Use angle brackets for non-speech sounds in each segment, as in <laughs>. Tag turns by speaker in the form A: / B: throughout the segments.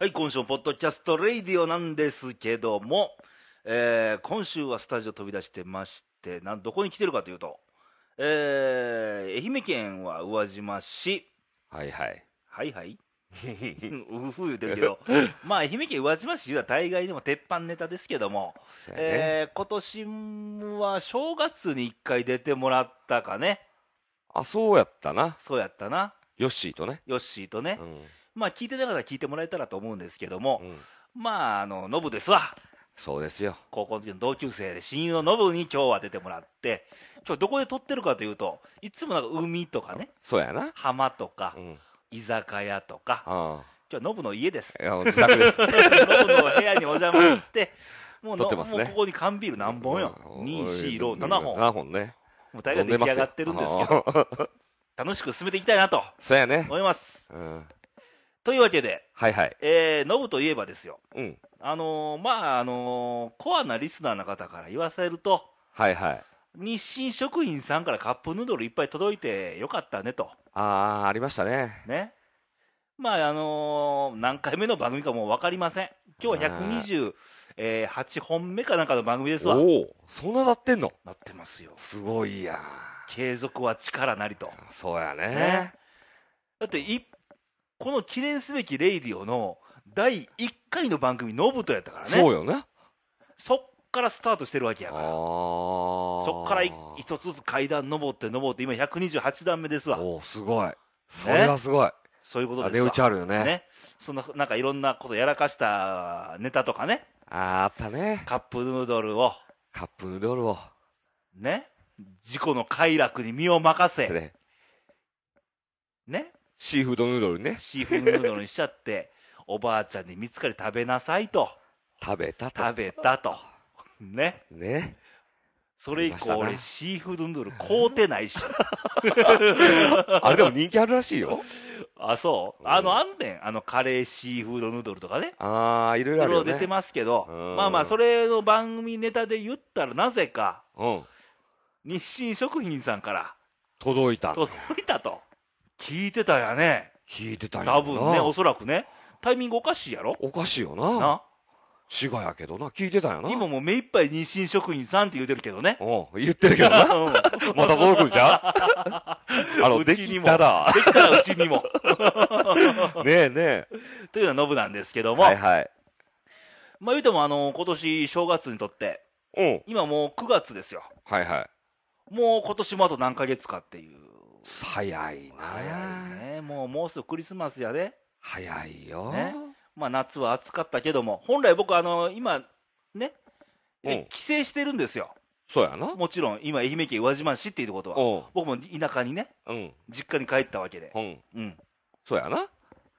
A: はい、今週のポッドキャストレイディオなんですけども、えー今週はスタジオ飛び出してまして、なんどこに来てるかというと、えー愛媛県は宇和島市、
B: はいはい。
A: はい
B: <laughs>
A: はい。うんうふう言うてるけど、まあ愛媛県宇和島市は大概でも鉄板ネタですけども、
B: そうやね
A: えー今年は正月に一回出てもらったかね、
B: あ、そうやったな。
A: そうやったな、
B: ヨッシーとね。
A: ヨッシーとね
B: う、ん。
A: まあ聞いてながら聞いてもらえたらと思うんですけども
B: う、ん
A: まあ、あの、ノブですわ。
B: そうですよ。
A: 高校の時の同級生で親友のノブに今日は出てもらって、今日どこで撮ってるかというと、いつもなんか海とかね、
B: そうやな。
A: 浜とか
B: う、ん。
A: 居酒屋とか、
B: あ
A: 今日はノブの家です
B: <laughs> あ。。
A: <laughs>
B: いや、自宅です。
A: ノブの部屋にお邪魔して、もうの
B: 撮ってますね
A: もうここに缶ビール何本よ、
B: うん
A: 2、4、
B: うん
A: 6、7本、も
B: 7本ね。
A: う大概出来上がってるんですけど、
B: ど。
A: 楽しく進めていきたいなと
B: そうやね。
A: 思います。
B: うん。
A: というわけで、
B: はいはい。
A: えーノブといえばですよ、
B: うん。
A: あのーまあ、あのーコアなリスナーの方から言わせると、
B: はいはい。
A: 日清食品さんからカップヌードルいっぱい届いてよかったねと、
B: ああ、ありましたね。
A: ね、まあ、あのー何回目の番組かもう分かりません、今日は128本目かなんかの番組ですわ、
B: おお、そんななってんの
A: なってますよ、
B: すごいやん。
A: 継続は力なりと、
B: そうや
A: ね
B: ね。
A: だってい、この記念すべきレイディオの第1回の番組、ノブとやったからね、
B: そうよね。
A: そっからスタートしてるわけや
B: ああ
A: から、そっからい一つずつ階段登って登って、今、128段目ですわ、
B: おお、すごい。それはすごい。
A: そういうこと
B: あ
A: で
B: 値
A: す
B: 打
A: わ
B: ち。あるよね。
A: ね、そのなんかいろんなことやらかしたネタとかね、
B: ああ、あったね。
A: カップヌードルを、
B: カップヌードルを。
A: ね、自己の快楽に身を任せ、
B: ね
A: ね、
B: シーフードヌードルね。
A: シーフードヌードルにしちゃって、おばあちゃんに見つかり食べなさいと、
B: 食べたと。
A: 食べたと、ね、
B: ね。
A: それ以
B: ありました
A: 降、
B: な
A: 俺、シーフードヌードル買うてないし、
B: あれでも人気あるらし
A: <laughs>
B: いよ。
A: あ、そう、あの、あんねん、あのカレーシーフードヌードルとかね。
B: ああ、いろい
A: い
B: ろあ
A: ろいろ
B: るよね。
A: 出てますけど、
B: うん
A: まあまあ、それの番組ネタで言ったら、なぜか、
B: うん。
A: 日清食品さんから、
B: 届いた。
A: 届いたと聞いてたやね
B: 聞いてたんや
A: 多
B: ろな
A: 分ねおそらくねタイミングおかしいやろ
B: おかしいよな。
A: な
B: 滋賀やけどな。聞いてたんやな。
A: 今もう目いっぱい日清食品さんって言うてるけどね
B: うん。言ってるけどな。
A: <laughs> うん
B: また届くん
A: <laughs>
B: じゃうあの、
A: う
B: で
A: ちに
B: き
A: も <laughs>
B: たら。
A: できたらうちにも
B: ねえね
A: というのはノブなんですけど
B: え。
A: も、
B: はいはい。
A: まあ言うてもあの今年正月にとって
B: うん。
A: 今もう9月ですよ
B: はいはい。
A: もう今年もあと何ヶ月かっていう
B: 早い
A: 早い
B: な。
A: ねもうもうすぐクリスマスやで
B: 早いよ。
A: ねまあ夏は暑かったけども本来僕あの今ね、え
B: うん
A: 帰省してるんですよ
B: そうやな。
A: もちろん今愛媛県宇和島市っていうことは
B: うん。
A: 僕も田舎にね
B: うん。
A: 実家に帰ったわけで
B: うん。
A: うん
B: そうやな。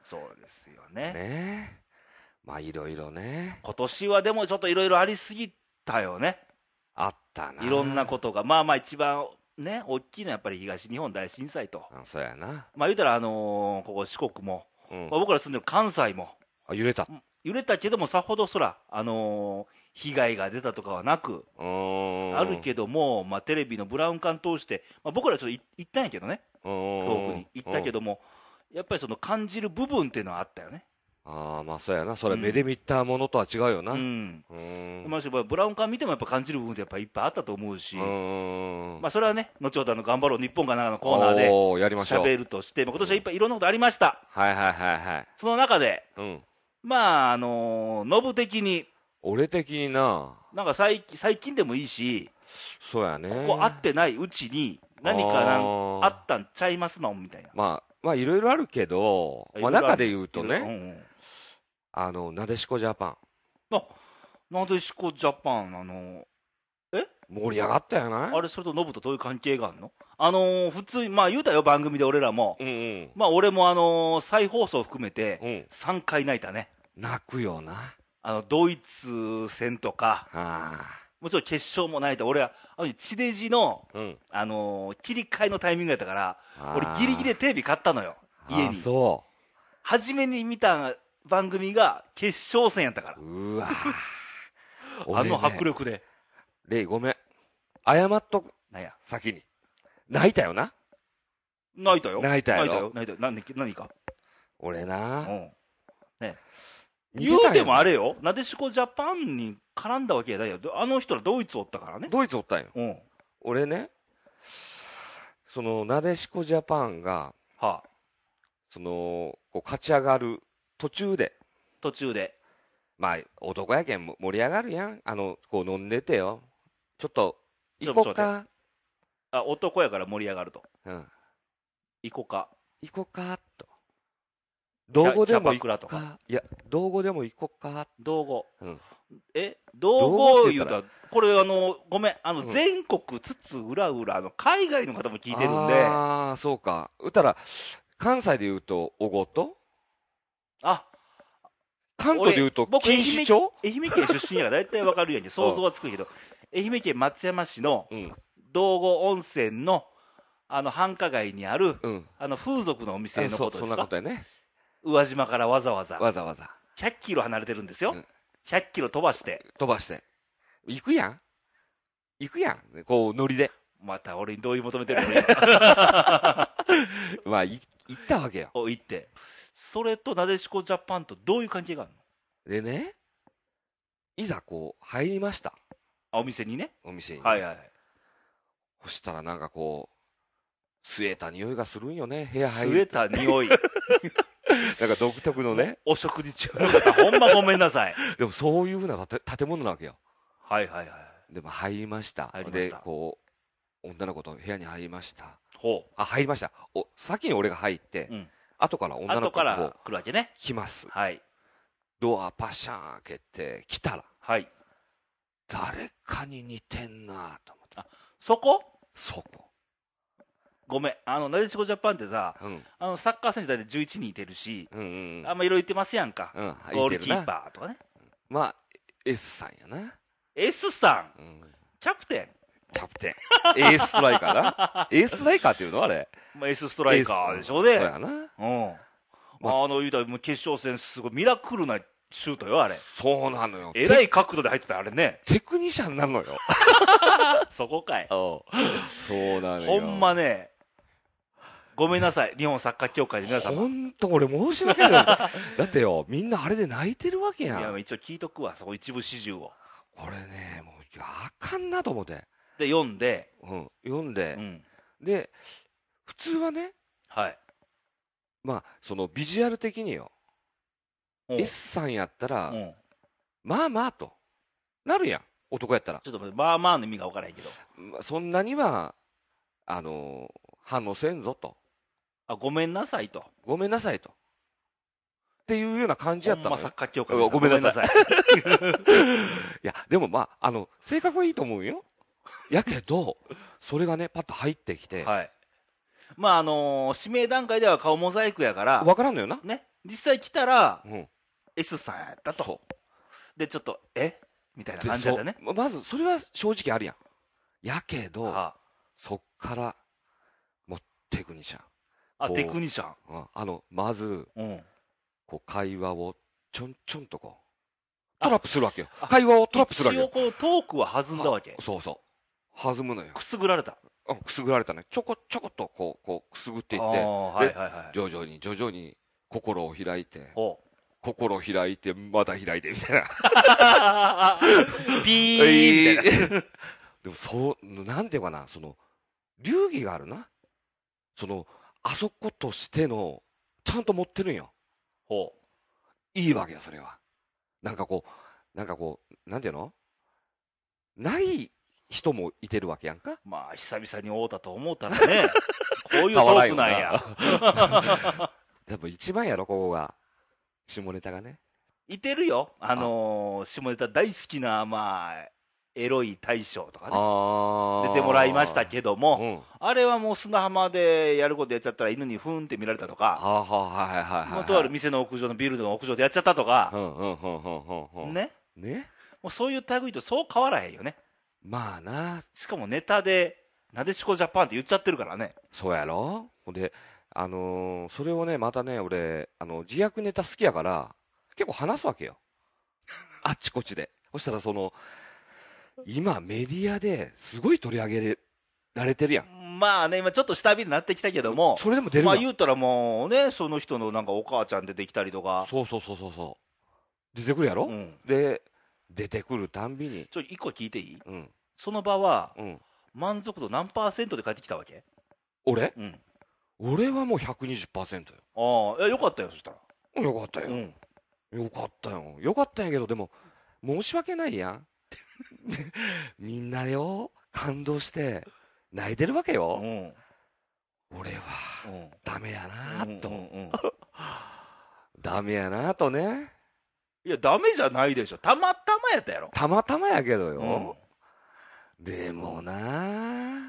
A: そうですよね
B: ねえ。まあ、いろいろね。
A: 今年はでもちょっといろいろありすぎたよね
B: あったな。
A: いろんなことがまあまあ一番ね大きいのはやっぱり東日本大震災と
B: あそうやな。
A: まあ言うたらあのーここ四国も、
B: うん
A: まあ、僕ら住んでる関西も
B: あ、揺れた。う
A: 揺れたけどもさほどそらあのー被害が出たとかはなく
B: ーん。
A: あるけども、まあ、テレビのブラウン管通して、まあ、僕らちょっとい行ったんやけどね
B: うーん、
A: 東北に行ったけ
B: ど。
A: どもやっぱりその感じる部分っていうのはあったよね
B: ああ、まあ、そうやな。それ、
A: うん
B: 目で見たものとは違うよな。
A: う
B: うんーん。
A: まあ、やっぱブラウン管見てもやっぱ感じる部分ってやっぱいっぱいあったと思うし、
B: うーん。
A: まあ、それはね、後ほどあの頑張ろう日本かなんかのコーナーで
B: おーやりましょう。
A: 喋るとして、まあ今年はいっぱいいろんなことありました、
B: はいはいはいはい。
A: その中で、
B: うん。
A: まあ、あのーノブ的に、
B: 俺的にな、
A: なんか最近最近でもいいし、
B: そうやね。
A: ここ会ってないうちに、何かなん
B: あー
A: あったんちゃいますのみたいな。
B: まあ、まあ、いろいろあるけど、まあ、中で言うと
A: いろいろう
B: ね、
A: んうん
B: あの、なでしこジャパン、
A: なでしこジャパン、あのー
B: 盛り上がったよな。
A: あれ、それとノブとどういう関係があるのあのー普通、まあ言うたよ、番組で俺らも。
B: うんうん。
A: まあ俺もあのー再放送含めて、
B: うん。
A: 3回泣いたね。
B: 泣くよな。
A: あのドイツ戦とか、
B: あ
A: もちろん決勝もないと、俺はあの地デジの、
B: あ。うん。
A: あのー切り替えのタイミングやったから、
B: あー
A: 俺、ギリギリでテレビ買ったのよ、家
B: あー
A: に。
B: そ
A: 初めに見た番組が決勝戦やったから、
B: う。うわー
A: <laughs> あ
B: 俺ね
A: の迫力で、
B: レイ、ごめん。謝っとく、
A: なんや、
B: 先に。泣いたよな。
A: 泣いたよ、
B: 泣いたやろ
A: 泣いたよ、泣いたよなんで何か、
B: 俺
A: う
B: な。
A: ん、言うてもあ
B: れ
A: れよ、なでしこジャパンに絡んだわけやないよ。あの人らドイツおったからね。
B: ドイツおったんよ。
A: うん。は
B: 俺ね、その、なでしこジャパンが、
A: あ、
B: その、こう勝ち上がる途中で、
A: 途中で。
B: まあ、男やけんも盛り上がるやん。あの、こう飲んでてよ。ちょっと、
A: ちょ
B: 行こっか。
A: あ、男やから盛り上がると。
B: うん。
A: 行こうか。
B: 行こっか、と。道後で
A: キャキ
B: も行こ
A: ャバ
B: っ
A: クラと
B: か。
A: か
B: いや、道後でも行こっか。
A: 道後。
B: うん
A: え道後
B: 道後って
A: 言
B: 言
A: う
B: ったた
A: ら、これあの、ごめん、あの、
B: うん
A: 全国津々浦々、あの、海外の方も聞いてるんで、あ
B: ああ、そうか。うたら、関西で言うと、おごと関東で言うと、
A: 俺僕
B: 錦糸町
A: 愛媛県出身やから大体わかる
B: <laughs>
A: やんけ、想像はつくけど、愛媛県松山市の
B: うん。
A: 道後温泉の、あの、繁華街にある、
B: うん。
A: あの、風俗のお店
B: あ
A: の
B: そ
A: こ
B: う
A: と
B: そ
A: で
B: ん
A: す
B: なこ
A: か
B: とやね。
A: 宇和島からわざわざ。
B: わざわざ。
A: 100キロ離れてるんですよ
B: うん。
A: 100キロ飛ばして。
B: 飛ばして。行くやん。行くやん。こう、ノリで。
A: また俺に同意求めてるのに。
B: まあ、い行ったわけよ。
A: を言って、それとなでしこジャパンとどういう関係があるの
B: でね、いざこう、入りました。
A: あお店にね。
B: お店に。
A: はいはいはい。
B: そしたらなんかこう、据えた匂いがするんよね、部屋入
A: 据え
B: る。
A: た匂
B: <laughs>
A: い。
B: なんか独特のね。
A: お食事中の方、ほんまごめんなさい。
B: でもそういうふうな建建物なわけよ。
A: はいはいはい。
B: でも入りました。
A: 入りまし
B: で
A: た、
B: こう、女の子と部屋に入りました。
A: ほ
B: あ、入りました。お、先に俺が入って、
A: うん
B: 後から
A: う。
B: 女の
A: 後
B: 子が
A: か
B: こ
A: ら
B: う
A: 来るわけね。
B: 来ます。
A: はい。
B: ドアパシャン開けて、来たら、
A: はい。
B: 誰かに似てんなと思って。
A: そこ
B: そこ。
A: ごめん。あの、なでしこジャパンってさ、
B: うん。
A: あの、サッカー選手大体11人いてるし、
B: うんうんうん。
A: あんまいろいろ言ってますやんか。
B: うん、
A: ゴールキ
B: いけ
A: ー
B: るな
A: パーとかね。
B: まあ、S さんやな。
A: S さん、
B: うん。
A: キャプテ
B: キャプテン。エースストライカーな。エースストライカーっていうのあれ。
A: ン。まあ、S ストライカーでしょう
B: エ
A: ね
B: ース。そうやな。
A: うん。
B: ま
A: あ、の、言うたら、もう決勝戦、すごいミラクルなシュートよ、あれ。
B: そうなのよ。
A: えら
B: い。
A: い角度で入ってた、あれね。
B: テクニシャンな
A: <laughs>
B: のよ。
A: そこかい。
B: そうなの
A: ほ
B: よ。
A: んまね、ごめんなさい、日本サッカー協会の皆
B: ほ
A: 様。
B: んと、俺申し訳ない。 <laughs> だってよ、みんなあれで泣いてるわけ
A: い
B: や
A: や、
B: ん。
A: 一応聞いとくわ、そこ一部始終を。
B: 俺ね、もう、あかんなと思って。
A: で、読んで、
B: うん。読ん
A: う
B: で。
A: ん。
B: で、普通はね、
A: はい。
B: まあ、そのビジュアル的によ、
A: うん
B: S さんやったら
A: う、ん
B: まあまあと、なるやん。男やったら。
A: ちょっと待って、まあまあの意味がわからへんけど。
B: まあそんなには、あのー反応せんぞと。
A: あ、ごめんなさいと。
B: ごめんなさいと。っていうような感じやっ
A: ほ
B: た
A: んま
B: の
A: サ
B: よ
A: ッ。カー協会の皆様
B: ごめんなさ
A: い。
B: いや、でもまあ、あの、性格はいいと思う
A: <laughs>
B: よ。やけど、それがね、パッと入ってきて、わ、
A: はい。まあ、あのー指名段階では顔モザイクやから、
B: からんのよな。
A: ね、実際来たら、
B: うん。
A: S さんやったと。
B: そ
A: で、ちょっと、えみたいな
B: う。で
A: 感じだったね。
B: そうままず、それは正直あるやん。やけど、
A: は
B: そっから、もう、テクニシャン。
A: あ、あ
B: こう
A: テクニシャン。
B: うんあの、まず、
A: うん。
B: こう、会話を、ちょんちょんとこう、トラップするわけよ
A: あ。
B: 会話をトラップするわ
A: 一
B: け
A: 応
B: よ。
A: こうトークは弾んだわけ
B: あ。そうそう。弾むのよ。
A: くすぐられた。
B: あくすぐられたね。ちょこちょこっと、こう、こう、くすぐっていっ
A: あー
B: て、
A: はいはいはい。
B: 徐々に徐々に心を開いて、 <laughs>
A: ほう。
B: 心を開いて、まだ開いて、みたいな。
A: ピーみたいな。
B: <laughs> でも、そう、なんていうかな、その、流儀があるな。その、あそことしての、ちゃんと持ってるんよ。
A: ほ
B: いいわけよ、それは。なんかこう、なんかこう、なんていうのない人もいてるわけやんか。
A: う。まあ、久々に会うたと思うたら
B: <laughs>
A: ね、こういう
B: 変
A: ト
B: わら
A: ーク
B: んよ
A: なんや。。
B: 多分一 <laughs> 番やろ、ここが。下ネタがね。
A: いてるよ。あのー、下ネタ大好きな、まあ、エロい大将とかね。
B: あ
A: 出てもらいました
B: け
A: けど
B: う
A: も、
B: ん。は
A: あれはもう砂浜でやることやっちゃったら犬にふんって見られたと
B: あ
A: か、
B: はあはいはいはいはい。
A: もうとある店の屋上のビルの屋上でやっちゃったとか
B: う、んうんうんうんうんうん。。
A: ね。
B: ね
A: もうそういう類とそう変わらへんよね。
B: まあな、
A: しかもネタで、なでしこジャパンって言っちゃってるからね。
B: そうやろほんで、あのーそれをね、またね、俺、あの、自虐ネタ好きやから、結構話すわ
A: <laughs>
B: けよ。あっちこっちで。そしたらその、今メディアですごい取り上げられてるやん。
A: まあね、今ちょっと下火になってきたけども、
B: それでも出る
A: ま
B: や
A: あ
B: ん。
A: 言うたらもうね、その人のなんかお母ちゃん出てきたりとか、
B: そうそうそうそうそ出てくるやろ、
A: うん、
B: で、出てくるたんびに、
A: ちょ一個聞いていい
B: うん、
A: その場は
B: うん。
A: 満足度何パーセントで帰ってきたわけ
B: 俺
A: うん
B: 俺はもう120%
A: あ
B: よ。
A: あいやよかったよそしたら
B: よかった
A: う
B: よ。
A: ん
B: よかったよ。よかったんやけど、でも、申し訳ないやん。 <laughs> みんなよ、感動して、泣いてるわけ
A: うんう
B: よ。
A: ん
B: 俺は、ダメやな
A: うん
B: ぁと
A: う。んうん
B: ダメやなぁとね。
A: いやダメじゃないでしょたまたまやったやろ
B: たまたまやけど
A: うん
B: よ。でもなぁ。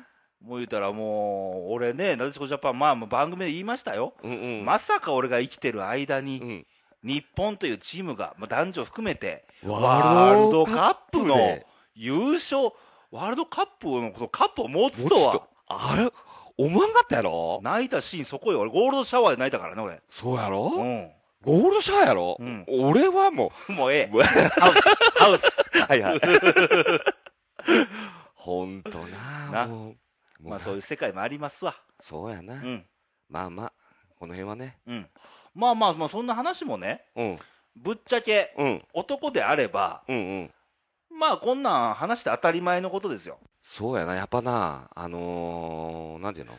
A: もう言うたらもう俺ねなでしこジャパンまあもう番組で言いましたよ
B: うんうん。
A: まさか俺が生きてる間
B: う
A: に
B: ん
A: 日本というチームがまあ男女含めて
B: ワ
A: ワ
B: ー
A: ー
B: ル
A: ル
B: ド
A: ド
B: カッ
A: カップ
B: プ
A: の
B: で
A: 優勝ワールドカップのことカップを持
B: プ
A: つとは
B: あれ思わんかったやろ
A: 泣いたシーンそこよ俺ゴールドシャワーで泣いたからね俺
B: そうやろ、
A: う
B: ゴールドシャワーやろ、
A: うん
B: 俺はも
A: んもうええ
B: う、は
A: ハウスハウス
B: いはい。
A: <laughs>
B: ほんとな
A: な
B: もう、
A: まあ
B: そ
A: そう
B: う
A: いう世界もありますわ
B: そうやな、
A: うん
B: まあまあ、この辺はね。
A: うんまあまあまあそんな話もね
B: うん、
A: ぶっちゃけ
B: うん、
A: 男であれば
B: うん、うん。
A: まあこんなん話して当たり前のことですよ
B: そうやな、やっぱな、あのー、なんていうの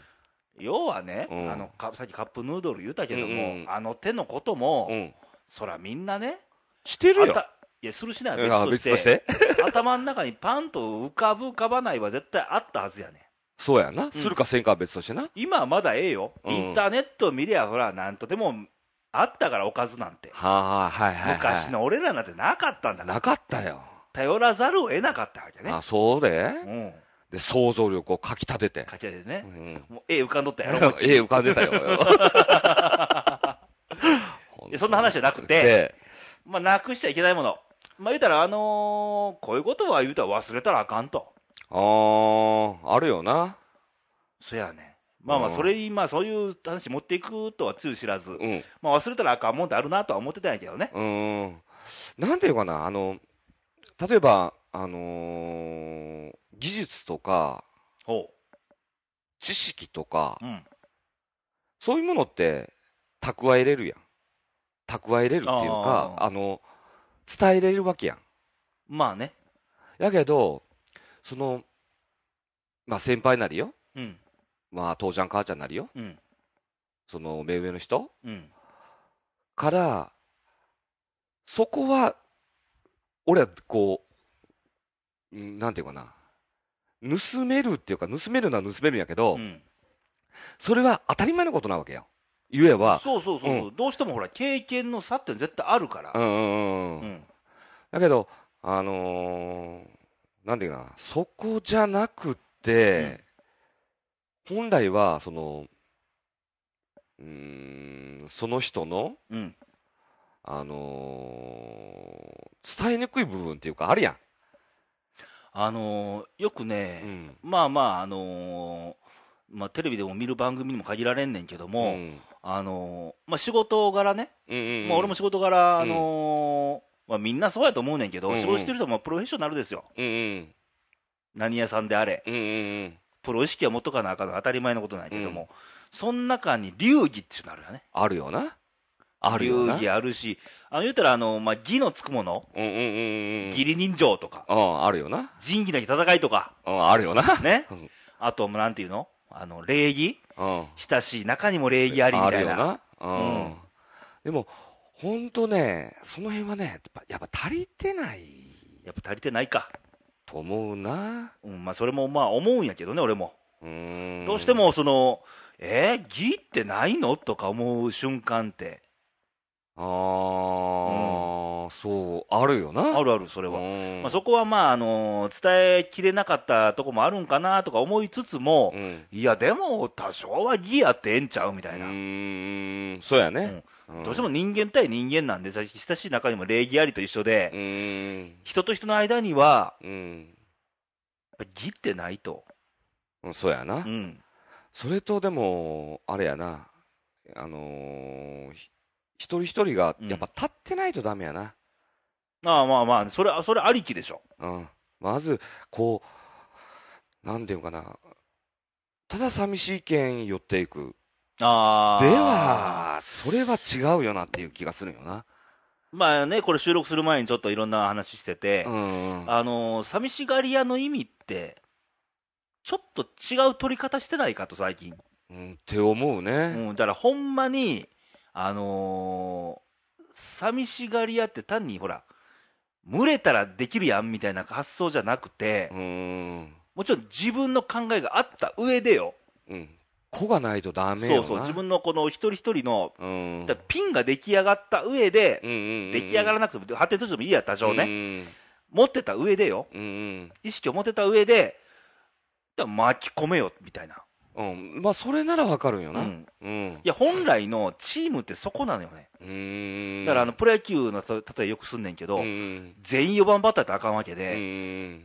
A: 要はね、
B: うん
A: あのかさっきカップヌードル言ったけども、
B: うんうん
A: あの手のことも、
B: うん。
A: そらみんなね
B: してる
A: あん
B: よ。
A: たいやするしない
B: あ
A: は別と
B: 別と
A: し
B: してて
A: 頭の中にパンと浮かぶ浮かばないは絶対あったはずやね
B: そうやな、するかせんかは別としてな。
A: 今はまだええよ、
B: うん
A: インターネット見りゃほらなんとでもあったからおかずなんて、
B: はあ、はいはい、はい。
A: 昔。の俺らなんてなかったんだから
B: なかったよ。
A: 頼らざるを得なかったわけね
B: あ、そうで
A: うん
B: で、想像力をかきたてて。
A: かき上げて
B: う
A: ね、
B: ん。
A: もう絵浮かんどったやろ思いっきり
B: 絵浮かんでたよ。
A: <laughs> いやそんな話じゃなくて、まあ、なくしちゃいけないもの、まあ、言うたら、あのーこういうことは言うたら忘れたらあかんと、
B: あー、あるよな。
A: そやね、まあまあ、
B: うん
A: それに、まあ、そういう話持っていくとはつゆ知らず、
B: うん。
A: まあ、忘れたらあかんもんってあるなとは思ってたんやけどね、
B: うん。なんていうかな、あの、例えば、あのー技術とか、
A: ほ
B: 知識とか
A: う、、うん、
B: そういうものって、蓄えれるやん。蓄えれるっていうか、
A: あー
B: あの、伝えれるわけやん。
A: まあね、
B: やけど、その、まあ先輩なりよ。
A: うん、
B: まあ父ちゃん母ちゃんなりよ。
A: うん、
B: その目上の人
A: うん、
B: から、そこは、俺はこう、うんなんていうかな、盗めるっていうか、盗めるのは盗めるんやけど、
A: うん、
B: それは当たり前のことなわけよ。言えば、
A: そうそうそうそう、どうしてもほら、経験の差って絶対あるか
B: う
A: ら、
B: んうんう
A: う
B: ん。うん、
A: ん、
B: だけど、あのーなんていうかな、そこじゃなくて、本来は、その、うーん、その人の、
A: うん、
B: あのー伝えにくい部分っていうか、あるやん。
A: あのーよくね、
B: ん、
A: まあまあ、あのーまあ、テレビでも見る番組にも限られんねんけど
B: う
A: も、
B: ん
A: あのーまあ、仕事柄ね、
B: うんうんうん
A: まあ、俺も仕事柄、
B: うん
A: あのーまあ、みんなそうやと思うねんけど、
B: うんうん
A: 仕事してる人もプロフェッショナルですよ、
B: うんうん
A: 何屋さんであれ、
B: うんうん
A: プロ意識は持っとかなあかんのは当たり前のことなんやけども、その中に流儀っていうのあるよね、
B: あるよなあるよな
A: 流儀あるし、あの言うたらあの、まあ、義のつくもの、
B: うんうんうんうん
A: 義理人情とか、
B: うんあるよな
A: 仁義なき戦いとか、
B: うんあるよな
A: ね
B: うん、
A: あと、なんていうの、あの礼儀、
B: うん
A: 親しい中にも礼儀ありみ
B: あ
A: た
B: る
A: い
B: よ
A: な。
B: なうん、
A: うん
B: でも本当ねその辺はねやっぱやっぱ足りてない
A: やっぱ足りてないか、
B: と思うな
A: うんまあ、それもまあ思うんやけどね、俺も。
B: うーん
A: どうしてもその、えー、義ってないのとか思う瞬間って、
B: ああ、そうあるよな
A: あ
B: る
A: るある、それは。
B: うん
A: まあ、そこはまあ、あのー伝えきれなかったとこもあるんかなとか思いつつも
B: う、ん
A: いや、でも、多少は義やってええんちゃうみ
B: う
A: たいな。
B: ーんそうやね、ん
A: どうしても人間対人間なんで、さ親しい中にも礼儀ありと一緒
B: う
A: で、
B: ーん
A: 人と人の間には、
B: うん
A: やっぱ義ってないと。
B: うんそうやな、
A: うん。
B: それとでも、あれやな、あのーひ一人一人が
A: うん
B: やっぱ立ってないとダメやな、
A: まあまあまあ、それ、それありきでしょ。
B: うんまず、こう、なんていうかな、ただ寂しい県寄っていく、
A: あ
B: で
A: ー
B: は、それは違うよなっていう気がするよな、
A: まあね、これ収録する前にちょっといろんな話してて、
B: うんうん
A: あのー寂しがり屋の意味って、ちょっと違う取り方してないかと、最近。
B: うん、って思うね、
A: うん、だからほんまに、あのー寂しがり屋って単にほら、群れたらできるやんみたいな発想じゃなくて、
B: うんうん
A: もちろん自分の考えがあった上でよ、
B: うん、子がないとダメよ
A: そ
B: な
A: うそう、自分のこの一人一人の、
B: うん、
A: だからピンが出来上がった上で、
B: 出
A: 出来上がら
B: な
A: なくても、発展途中でもいいや、多
B: い
A: 少ね、持ってた上でよ、
B: うんうん
A: 意識を持てた上で、だから巻き込めよみたいな、
B: うん、うん、まあそれならわかるんよ
A: う
B: な、
A: ん、
B: うん
A: いや本来のチームってそこなのよね、
B: うん
A: だからあのプロ野球の例えよくすんねんけど、
B: うん
A: 全員4番バッターってあかんわけ
B: う
A: で、
B: ん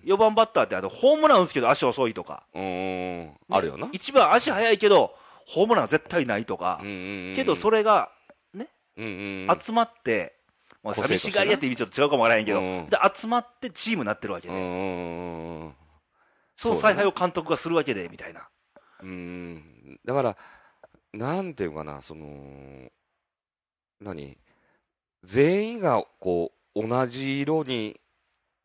A: 4番バッターってあのホームラン打つけど足遅いとか、
B: うんあるよな
A: 1番足速いけど、ホームランは絶対ないとか、けどそ
B: れ
A: れが
B: 熱
A: 集まって、まあ、
B: 個性と
A: 寂
B: して
A: し
B: な
A: がり屋って意味ちょっと違うかもわからへんけど、
B: うんうん
A: で集まってチームになってるわけで、
B: うん
A: その采配を監督がするわけでみたいな、
B: うんだからなんていうかなその何全員がこう同じ色に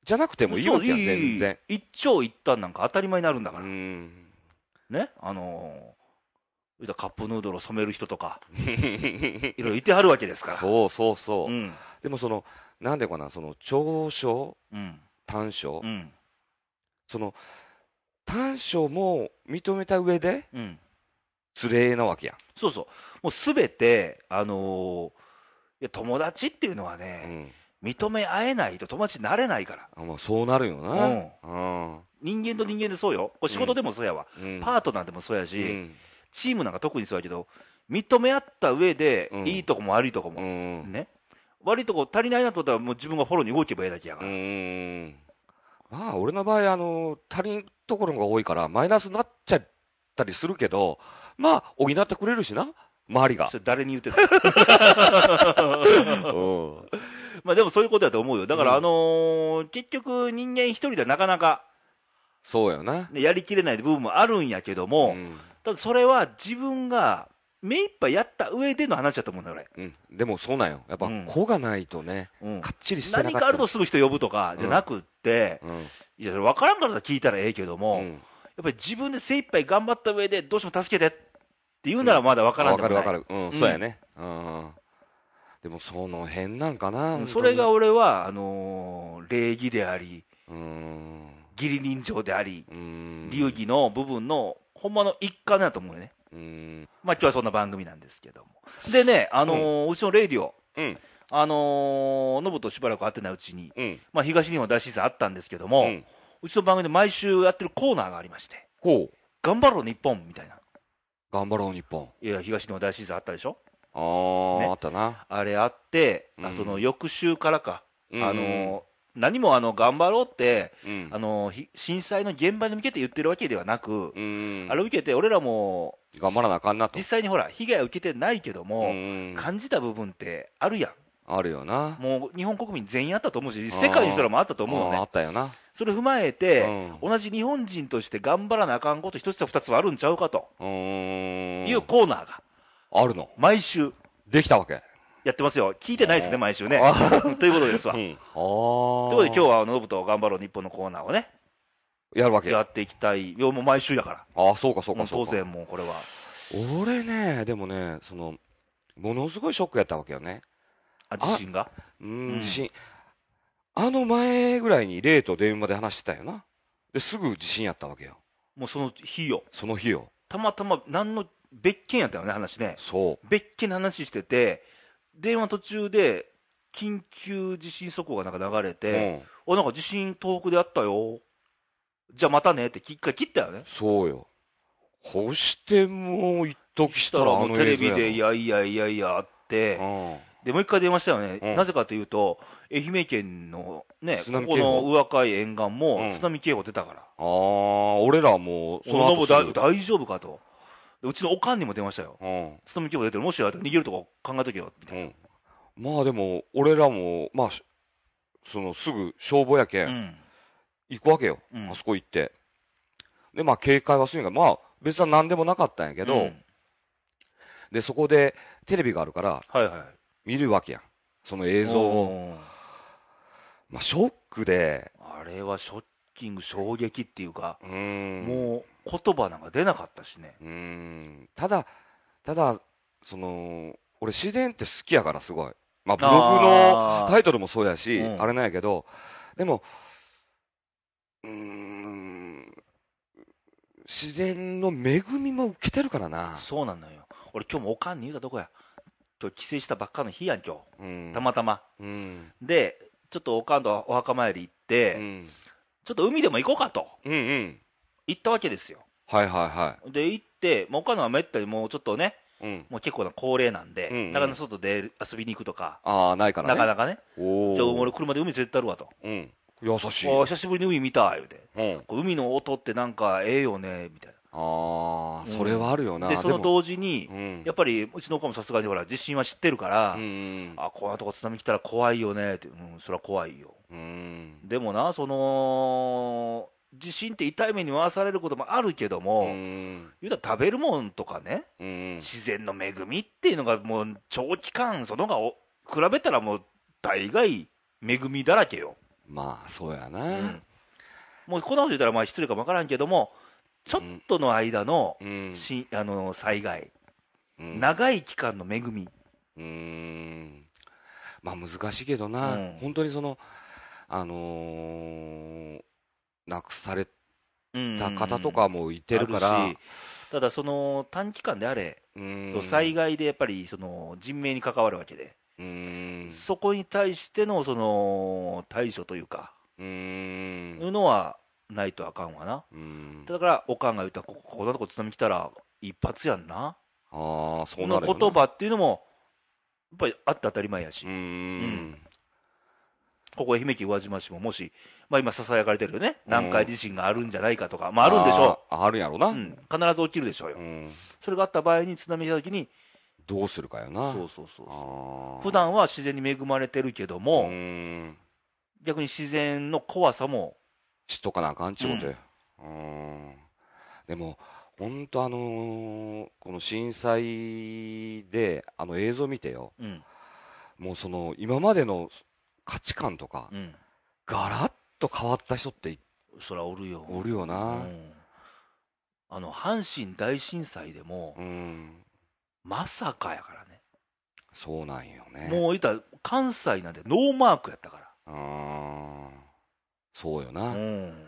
B: じゃなくてもいいわけや
A: そういい
B: 全然
A: 一長一短なんか当たり前になるんだから、 <laughs>
B: うん
A: ね、あのー言うたらカップヌードルを染める人とか、いろいろいてはるわけですから。
B: そうそうそううんでもそのなんでかなその長所
A: うん
B: 短所
A: うん
B: その短所も認めた上で
A: うん
B: 連れなわけや
A: そうそう、もうすべて、あのーいや友達っていうのは
B: ん、
A: ね、認め合えないと友達になれないから、
B: あまあ、そうなるよな
A: うん
B: うん
A: 人間と人間でそうよ、これ仕事でもそうやわ、
B: うん
A: パートナーでもそうや
B: う
A: し、
B: ん
A: チームなんか特にそうやけど、認め合った上で、
B: うん
A: いいとこも悪いとこ
B: う
A: も、
B: ん
A: ね、悪いとこ足りないなと思ったら、もう自分がフォローに動けばいいだけやか
B: う
A: ら、
B: んまあ俺の場合あの足りんところが多いからマイナスになっちゃったりするけどまあ補ってくれるしな周りが
A: そ、れ誰に言ってる
B: うん
A: <laughs> まあでもそういうことだと思うよ、だか
B: うん
A: ら、あのー結局、人間一人ではなかなか、
B: そうよな、
A: ね、やりきれない部分もあるんやけども、
B: うん
A: ただそれは自分が目いっぱいやった上での話だと思うんだよ、俺。
B: うん、でもそうなんよやっぱ
A: うん
B: 子がないとね、
A: うん
B: かっちりしてなかっ
A: 何
B: た
A: かあるとすぐ人呼ぶとかじゃなくって、
B: うん
A: いや、分からんから聞いたらええけども、やっ
B: うん
A: ぱり自分で精一杯頑張った上で、どうしても助けてって言うならまだ分からん
B: わ
A: で
B: か
A: も
B: る
A: な
B: わ
A: い
B: かる、うん、
A: うん
B: そうやね、うん、でもその辺なんかな、
A: うん
B: 本当に
A: それが、俺は、あのー礼儀であり、
B: うん、
A: 義理人情であり、
B: うん、
A: 流儀の部分の、ほんまの一環だと思うよね。
B: うん、
A: まあ今日はそんな番組なんですけども。でね、あのーうちのレイディオ、
B: うん、
A: あのーノブとしばらく会ってないうちに、
B: うん、
A: まあ、東日本大震災あったんですけども、う
B: うん
A: ちの番組で毎週やってるコーナーがありまして、
B: ほう、
A: 頑張ろう日本みたいな、
B: 頑張ろう、日本、
A: いや、東日本大震災あったでしょ、
B: あー、
A: ね
B: あったな、
A: あれあって、あ
B: うん
A: その翌週からか、
B: うん
A: あの何もあの頑張ろうって、
B: うん、
A: あのひ震災の現場に向けて言ってるわけではなく、
B: うん、
A: あれを受けて、俺らも
B: 頑張らなあかんなと
A: 実、際にほら、被害は受けてないけど
B: う
A: も、
B: ん
A: 感じた部分ってあるや
B: あるよ
A: ん、
B: な、
A: もう日本国民全員あったと思うし、世界の人らもあったと思うの
B: あーあ
A: ね、
B: ったよな、
A: それ踏まえて、
B: うん
A: 同じ日本人として頑張らなあかんこと一つや二つはあるんちゃうかと
B: うん、
A: いうコーナーが
B: あるの、
A: 毎週
B: できたわけ、
A: やってますよ聞いてないですね毎週ね <laughs> ということですわ、
B: う、
A: というん
B: あー
A: ことで今日はあのノブと頑張ろう日本のコーナーをね
B: やるわけ、
A: や
B: あ
A: っていきたいいやもう毎週やから
B: ーそうか、そうか、そ
A: も
B: う
A: う
B: か
A: 当、然もうこれは
B: 俺ね、でもね、その、ものすごいショックやったわけよね。
A: あ自信が
B: う、
A: うんん
B: 地震。あの前ぐらいに、霊と電話で話してたよな。で、すぐ地震やったわけよ。
A: もうその日よ
B: その日よ。
A: たまたま何の別件やったよね話ね
B: そ
A: 別件の話してて電話途中で緊急地震速報がなんか流れ
B: う。
A: て、
B: うん。
A: おなんか地震東北であったよじゃあまたねって一回切ったよね
B: そうよ。こしてもう一時し
A: した
B: た
A: ら
B: ら
A: も
B: あ
A: う
B: の
A: テレ
B: 映像
A: ビ
B: や
A: でいやいやいやいやあって、
B: の
A: でもう一回電話したよね、
B: うん
A: なぜかというと、愛媛県のね、
B: 津
A: こ
B: 波
A: こ
B: 警報
A: の宇和海沿岸
B: う
A: も
B: ん
A: 津波警報出たから、
B: うん。ああ、俺らもう、
A: その
B: 後
A: 後
B: す
A: だ
B: ぐ
A: 大丈夫かと、でうちのおかんにも電話したよ、
B: うん。
A: 津波警報出てる、もしあれ逃げるとこ考えとけよみた
B: う
A: い
B: ん。まあでも、俺らも、まあ、しその、すぐ消防やけ、
A: な、うんん、
B: 行くわけよ。
A: うん
B: あそこ行って。で、まあ、警戒はするんやが、まあ、別に何でもなかったんやけ
A: け
B: ど、で、そこでテレビがあるから、
A: はいはい、
B: 見るわけやん。その映像を、
A: うん
B: まあ、ショックで、
A: あれはショッキング衝撃っていうか、
B: うーん
A: もう言葉なんか出なかったしね
B: うーんただ、ただ、その俺、自然って好きやから、すごい、まあ、ブログ
A: あー
B: のタイトルもそうやし、
A: うん
B: あれなんやけど、でも、うーん、自然の恵みも受けてるからな、
A: そうなのよ俺今日もおかんに言うたとこや今日帰省したばっかの日やん今
B: うん
A: 日たまたま、
B: うん
A: でちょっとおかんとお墓参り行って、
B: うん
A: ちょっと海でも行こうかと
B: うんうん、
A: 行ったわけですよ
B: はいはいは
A: で行って、まあ、おかんのはめったにもうちょっとね
B: い、うん、
A: もう結構な高齢なんで、
B: うんうん
A: なかなか外で遊びに行くとか
B: ああ、ないからね、
A: なかなかね
B: お
A: ちょ俺車で海連れてったるわと
B: お、うん、優しい、
A: お久しぶりに海見た言うて
B: うん、
A: こう海の音ってなんかええよねみたい
B: ああ、それはあるよ
A: な
B: な、
A: でその
B: も
A: 同時に
B: う、ん、
A: やっぱりうちの子もさすがにほら地震は知ってるから、
B: うんうん
A: あこんなとこ津波来たら怖いよねって、うん、そりゃ怖いよ
B: うん、
A: でもなその地震って痛い目に遭わされることもあるけども、
B: うん
A: 言うたら食べるもんとかね
B: うん
A: 自然の恵みっていうのがもう長期間そのがお比べたらもう大概恵みだらけよ、
B: まあそうや
A: う、
B: なん
A: もうこんなこと言ったらまあ失礼かもわからんけどもちょっとの間の
B: うん
A: し、あの災害、
B: うん
A: 長い期間の恵み、
B: うんまあ難しいけどな、
A: うん
B: 本当にそのあのー亡くされた方とかもいてるから、
A: あるしただその短期間であれ、
B: うん
A: 災害でやっぱりその人命に関わるわけで、
B: うん
A: そこに対してのその対処というか、
B: うん
A: いうのはないとあかんわな、
B: うん
A: だからおかんが言ったこここんなとこ津波来たら一発やんな
B: ああそうな
A: の
B: るよな
A: 言葉っていうのもやっぱりあって当たり前やし、
B: うん
A: ここ愛媛県宇和島市ももし、まあ、今ささやかれてるよね南海地震があるんじゃないかとか、まあ、あるんでしょ
B: あーあるやろな、
A: う、うん、必ず起きるでしょうよ、
B: うん
A: それがあった場合に津波来た時に
B: どうするかよな
A: そうそうそう
B: あー
A: 普段は自然に恵まれてるけど
B: う
A: も、
B: ん
A: 逆に自然の怖さも、
B: 知っとかなあかんちゅうことや、うん、でも本当あのーこの震災であの映像見てよ
A: うん
B: もうその今までの価値観とか、
A: うん、
B: ガラッと変わった人って
A: そらおるよ、
B: おるよ
A: う
B: な、
A: んあの阪神大震災でも、
B: うん
A: まさかやからね、
B: そうなんよね
A: もう言ったら、関西なんてノーマークやったか
B: うんそうよ
A: ら、
B: な、
A: うん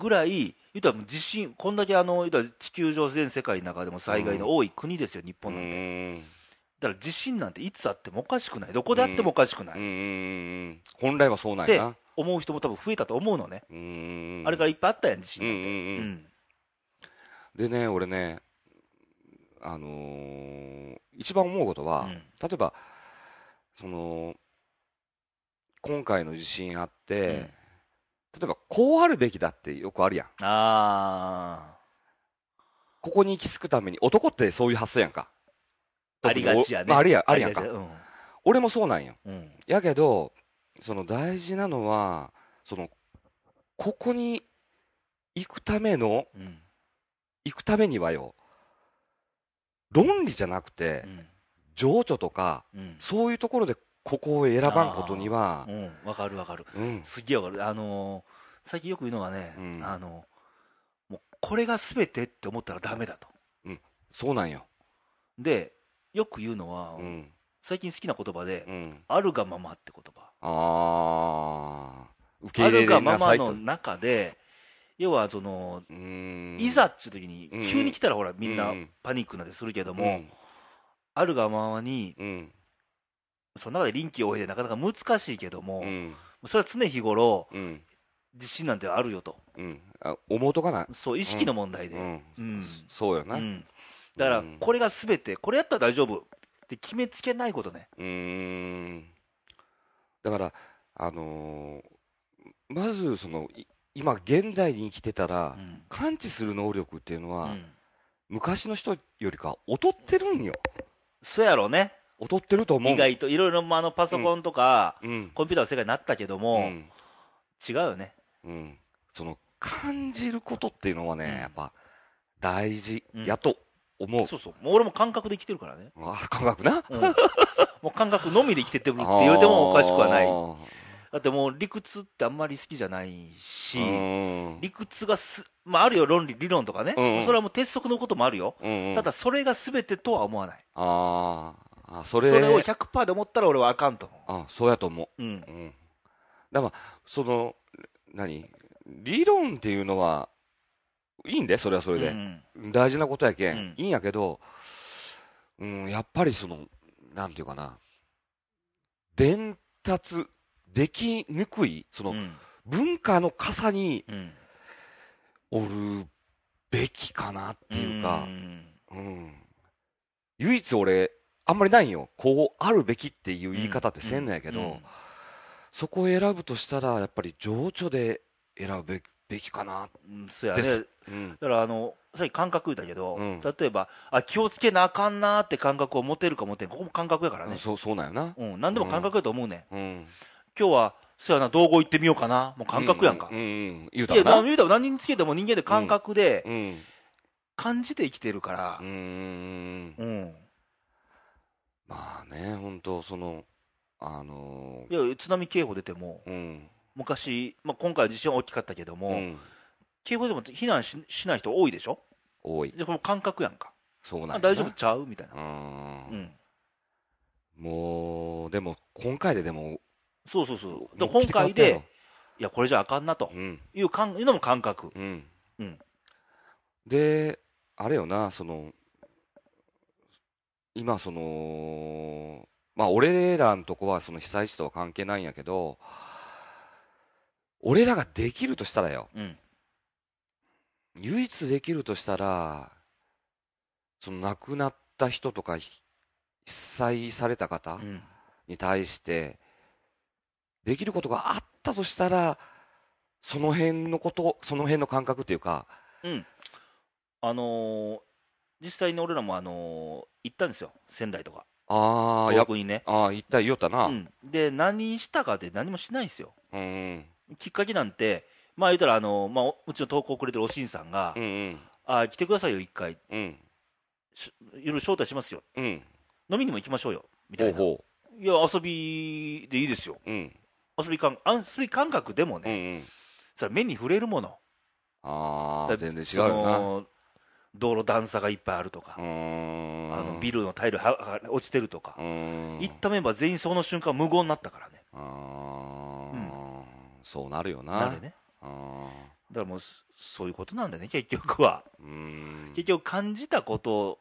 A: ぐらい、言ったら地震、こんだけあの言ったら地球上、全世界の中でも災害の多い国ですよ、日
B: う
A: 本なんて、
B: ん
A: だから地震なんていつあってもおかしくない、どこであってもおかしくない、
B: うんうん本来はそうなんやな
A: 思う人も多分増えたと思うのね、
B: うん
A: あれからいっぱいあったやん、地
B: うんう
A: 震
B: ん
A: なんて。
B: うん、
A: うん
B: でね、俺ね、あのー一番思うことは、
A: うん
B: 例えば、その、今回の地震あって、
A: うん
B: 例えば、こうあるべきだってよくあるやん。
A: あ
B: ここに行き着くために、男ってそういう発想やんか。
A: あありがちやね
B: まあ、あるや、
A: あ
B: あるやんか。俺もそうなんよ。
A: うんうん
B: やけど、その大事なのは、その、ここに行くための、
A: うん
B: 行くためにはよ、論理じゃなくて、情緒とか、
A: うん
B: そういうところでここを選ばんことには
A: う、んうんわかるわかる
B: うん、
A: すっげえわかるあのー最近よく言うのはね
B: うん
A: あのもうこれが全てって思ったらダメだと
B: そうなんよ。
A: でよく言うのは
B: うん、
A: 最近好きな言葉で
B: うん、
A: あるがままって言葉
B: ああ、受け
A: あ
B: 入
A: る
B: れ
A: が
B: れ
A: ま
B: なさ
A: ま
B: いと。
A: の中で要はその
B: うん
A: いざっていう時に
B: うん
A: 急に来たらほらみん
B: う
A: なんパニックなんてするけど
B: う
A: も
B: ん、
A: あるがままに
B: うん、
A: その中で臨機応変でなかなか難しいけども
B: うん、
A: それは常日頃
B: うん、
A: 自信なんてあるよと、
B: うん、あ思うとかな。
A: そう、意識の問題で、
B: う
A: うん
B: ん
A: うん、
B: そうよな。
A: だから
B: うん、
A: これがすべて、これやったら大丈夫って決めつけないことね、
B: うん、だから、あのーまずそのい今現代に生きてたら
A: う、ん
B: 感知する能力っていうの
A: う
B: は、
A: ん、
B: 昔の人よりか劣ってるんよ。
A: そうやろうね、
B: 劣ってると思う。
A: 意外といろいろまああのパソコンとか、
B: うん。
A: コンピューターの世界になったけど
B: う
A: も、
B: ん。
A: 違うよね、
B: うん。その、感じることっていうのはね、
A: うん
B: やっぱ、大事
A: うん
B: やと思う。
A: そうそう、もう俺も感覚で生きてるからね、
B: <laughs> あ、感覚な。
A: うんもう感覚のみで生きてってるって言うてもおかしくはない
B: あ。ー
A: だってもう理屈ってあんまり好きじゃないし、
B: うん
A: 理屈がす、まあ、あるよ、論理、理論とかね、
B: うんうん
A: それはもう鉄則のこともあるよ、
B: うんうん
A: ただそれが全てとは思わない、
B: あーあ
A: そ
B: それ
A: れを100%で思ったら俺はあかんと思
B: あそうやと思
A: う、うん
B: う、うん、だからまあその何理論っていうのはいいんでそれはそれで、
A: うん
B: 大事なことやけん、
A: うん
B: いいんやけど、うん、やっぱりその、なんていうかな、伝達できにくい、その、
A: うん
B: 文化の傘に
A: うん、
B: おるべきかなっていうか、
A: ん
B: うん唯一俺、あんまりないんよ、こうあるべきっていう言い方ってせんのやけど、
A: うんうん
B: そこを選ぶとしたら、やっぱり情緒で選ぶべきべきかな、
A: うんそうや
B: で
A: ね、
B: す
A: だ
B: うん、
A: からあのさっき感覚言ったけど、
B: うん
A: 例えばあ、気をつけなあかんなーって感覚を持てるか持てんか、ここも感覚やからね、
B: そうそうなんよな。
A: うん、何でも感覚やと思うねん、
B: うん
A: 今日は、そうやな、道後行ってみようかな、もう感覚やんか。
B: ううんうん言うた
A: いや、
B: ら
A: 何
B: な。
A: 言うたら何につけても人間で感覚で
B: うん。うん
A: 感じて生きてるから
B: うんう、ん。
A: うん。
B: まあね、本当その、あの
A: いや、津波警報出ても、
B: ー、うん。
A: 昔、まあ、今回は地震は大きかったけども、
B: うん。
A: 警報でも避難ししない人多いでしょ
B: 多い。
A: でこの感覚やんか。
B: そうなん
A: あ
B: やな
A: 大丈夫ちゃうみたいな。
B: う。
A: うんん。
B: もう、でも、今回ででも、
A: そうそうそう。で
B: もう
A: 今
B: 切り替わっ
A: 回
B: たや
A: で
B: ろ、
A: いや、これじゃあかんなと
B: うん。
A: いう感いうのも感覚。
B: うん。
A: うん
B: で、あれよな、その、今、その、まあ、俺らのとこは、その被災地とは関係ないんやけど、俺らができるとしたらよ、
A: うん。
B: 唯一できるとしたら、その亡くなった人とか、ひ被災された方
A: うん。
B: に対して、できることがあったとしたら、その辺のこと、その辺の感覚っていうか、
A: うん。あのー実際に俺らも、あのー行ったんですよ。仙台とか。
B: ああ、
A: 東
B: やっぱ、
A: 北にね。
B: ああ、言った、言おったな。
A: う
B: うん
A: ん。で、何したかって何もしないんですよ。
B: うん、
A: きっかけなんて、まあ言うたら、あのーまあ、おうちの投稿くれてるおしんさんが、
B: うん、うん、
A: あー来てくださいよ、一回。
B: うん、
A: しいろいろ招待しますよ、
B: うん、
A: 飲みにも行きましょうよ、みた
B: ほう
A: いな、い
B: ほ
A: や、遊びでいいですよ、
B: う、うん、
A: 遊び感遊び感覚でも
B: うん、う
A: ね、
B: ん。
A: それは目に触れるもの、
B: ああ、
A: だ
B: 全然違う
A: そ
B: よな。
A: の道路段差がいっぱいあるとか、
B: うーん、
A: あのビルのタイルはは落ちてるとか
B: う、ーん、
A: 行ったメンバー全員その瞬間、無言になったからね、
B: あーそうなるよな。
A: なるね、
B: あー
A: だからもう、そそういうことなんだね、結局は、
B: うーん
A: 結局、感じたことを、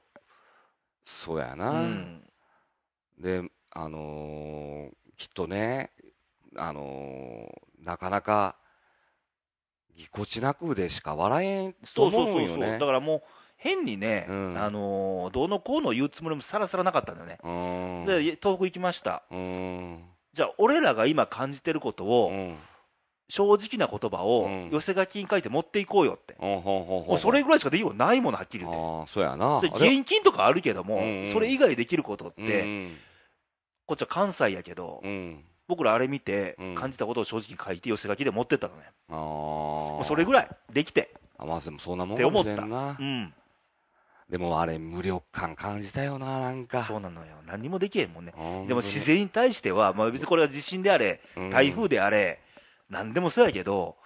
B: そうや
A: う
B: な、
A: ん、
B: であのーきっとねあのーなかなかぎこちなくでしか笑えんと
A: そうそう
B: 思う
A: そ
B: ん
A: う
B: よ
A: そう、
B: ね
A: だからもう、変にね、
B: うん
A: あのーどうのこうの言うつもりもさらさらなかったんだよね。
B: うーん
A: で東北行きました、
B: うーん
A: じゃあ、俺らが今感じてること
B: う
A: を、
B: ん
A: 正直な言葉を
B: うん
A: 寄せ書きに書いて持っていこうよって、
B: ほんほんほん
A: も
B: ほ
A: うんそれぐらいしかできることないもの、はっきり
B: あ
A: 言って。
B: ーそうやな
A: それ
B: あれ
A: 現金とかあるけども、
B: うんうん
A: それ以外できることって、
B: うん
A: こっちは関西やけど、
B: うん
A: 僕らあれ見て
B: うん、
A: 感じたことを正直書いて、寄せ書きで持ってったのね、
B: あ
A: も
B: ー
A: うそれぐらいできて、
B: あまあでもそんなもん
A: って思っ
B: かも
A: た
B: しれんな
A: うん、
B: でもあれ無力感感じたよななんか
A: そうなのよ、何もできへんもんね、
B: ほんとに
A: でも自然に対しては、まあ、別にこれは地震であれ、
B: うん
A: 台風であれ、なんでもそうやけど、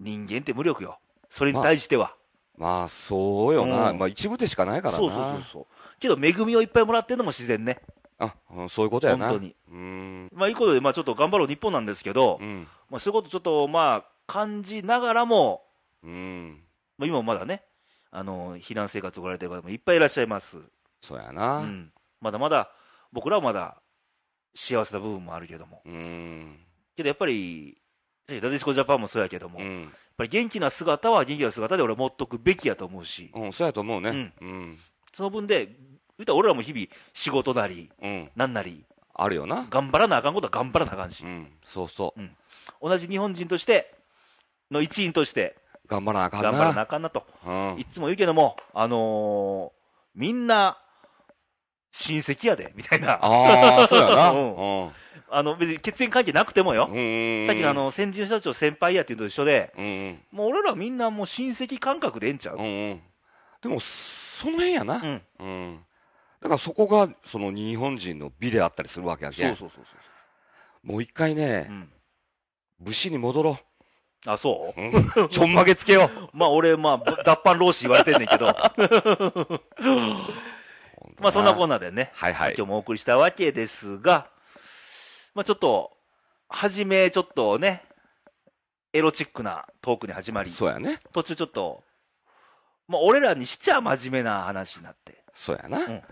A: 人間って無力よ、それに対しては。
B: まあそうよな、
A: うん
B: まあ一部でしかないからな
A: そうそうそうそうけど恵みをいっぱいもらってるのも自然ね
B: あうんそういうことや
A: 本
B: な
A: 当に
B: うーん
A: まあいいことでまあちょっと頑張ろう日本なんですけど、
B: うん
A: まあそういうことちょっとまあ感じながらも、
B: うん
A: まあ、今もまだねあの避難生活を送られてる方もいっぱいいらっしゃいます、
B: そうや
A: う
B: なうん
A: ん、まだまだ僕らはまだ幸せな部分もあるけども
B: うん
A: けどやっぱりなでしこジャパンもそうやけども、
B: う
A: やっ
B: ん、
A: ぱり元気な姿は元気な姿で俺は持っとくべきやと思うし
B: うん、そうやと思うねうん
A: その分で言うたら俺らも日々仕事なり
B: うん、
A: なんなり
B: あるよな
A: 頑張らなあかんことは頑張らなあかんし
B: うんそうそう
A: 同じ日本人としての一員として
B: 頑張らなあかんな
A: 頑張らなあかんなと
B: うん
A: い、つも言うけども、あのーみんな親戚やでみたいなあ
B: ああそうやな
A: <laughs> うんの別に血縁関係なくてもよ、
B: うん
A: さっきのあの先人の人たちを先輩やっていうのと一緒で
B: うんうん
A: もう俺らみんなもう親戚感覚でええんちゃう、
B: うんうんでもその辺や
A: う
B: なんうんだからそこが、その日本人の美であったりするわけやけ。
A: そうんそうそうそうそ
B: もう一回
A: う、う
B: ね、
A: ん、
B: 武士に戻ろ
A: あそう
B: う。
A: <laughs>
B: うんちょんまげつけよう。
A: まあ俺、まあ、ぶ脱藩老子言われてんね <laughs> んけど、まあそんなこんなでね、
B: はいはい
A: 今。日もお送りしたわけですが、まあちょっと、初めちょっとね、エロチックなトークに始まり、
B: そうやね。
A: 途中ちょっと、まあ俺らにしちゃ真面目な話になって、
B: そうやな。
A: うん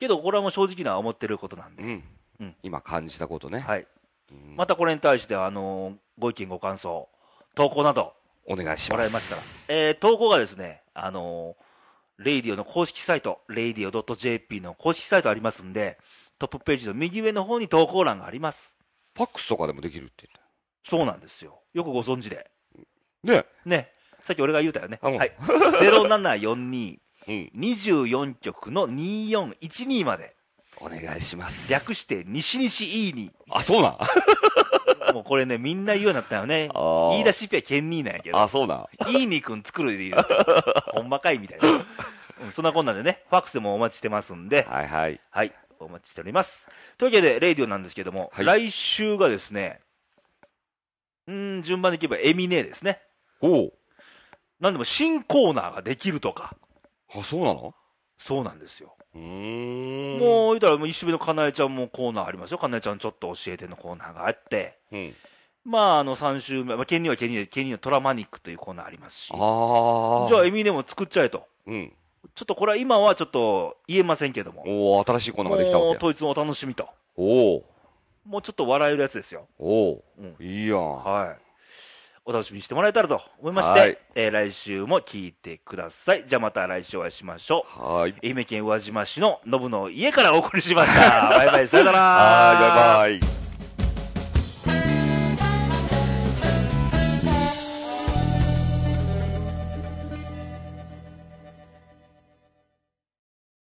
A: けどこれはもう正直な思ってることなんで、
B: うん
A: うん。
B: 今感じたことね。
A: はい、
B: うん
A: またこれに対して、あのーご意見、ご感想、投稿など、
B: お願いし
A: も
B: ま
A: らい
B: す。
A: ましたら、えー投稿がですね、あのーレイディオの公式サイト、radio.jp の公式サイトありますんで、トップページの右上の方に投稿欄があります。
B: ファックスとかでもできるって
A: そうなんですよ。よくご存知で。
B: 言って。ね。
A: ね。さっき俺が言うたよね。
B: あうん
A: はい。0742、
B: うん。
A: 24局の2412まで、
B: お願いします。
A: 略して西西 E に。
B: あ、そうなん。
A: もうこれね、みんな言うようになったよね。
B: あー
A: 言い出しっぺはケンニーなんやけど。
B: あ、そうなん。
A: いい肉作るでい
B: <laughs>
A: いよほんまかいみたいな。うんそんなこんなんでね、ファックスでもお待ちしてますんで、
B: はいはい。
A: はい、お待ちしております。というわけで、レイディオなんですけども、
B: はい
A: 来週がですね、うーん、順番でいけばエミネーですね。
B: おう
A: なんでも新コーナーができるとか、
B: あ、そうなの
A: そうなんですよ。
B: うーん。
A: もう、言ったら、もう一周目のかなえちゃんもコーナーありますよ。かなえちゃんちょっと教えてのコーナーがあって、
B: うん。
A: まあ、あの、3週目、まあ、ケンニーはケンニーで、ケンニーのトラマニックというコーナーありますし、
B: あ
A: じ
B: あ。
A: ゃあエミネも作っちゃえと。
B: うん。
A: ちょっとこれは今はちょっと言えませんけども、
B: おお、新しいコーナーができた
A: もう
B: わけや。
A: 統一のお楽しみと、
B: おお。
A: もうちょっと笑えるやつですよ、う
B: お
A: ん
B: お。いいやん。
A: はい、お楽しみにしてもらえたらと思いまして、
B: はい
A: えー来週も聞いてください。じゃあまた来週お会いしましょう。
B: はい。 <laughs>
A: 愛媛県宇和島市のノブの家からお送りしました。バイバイ、さよなら。
B: はい、バイバイ。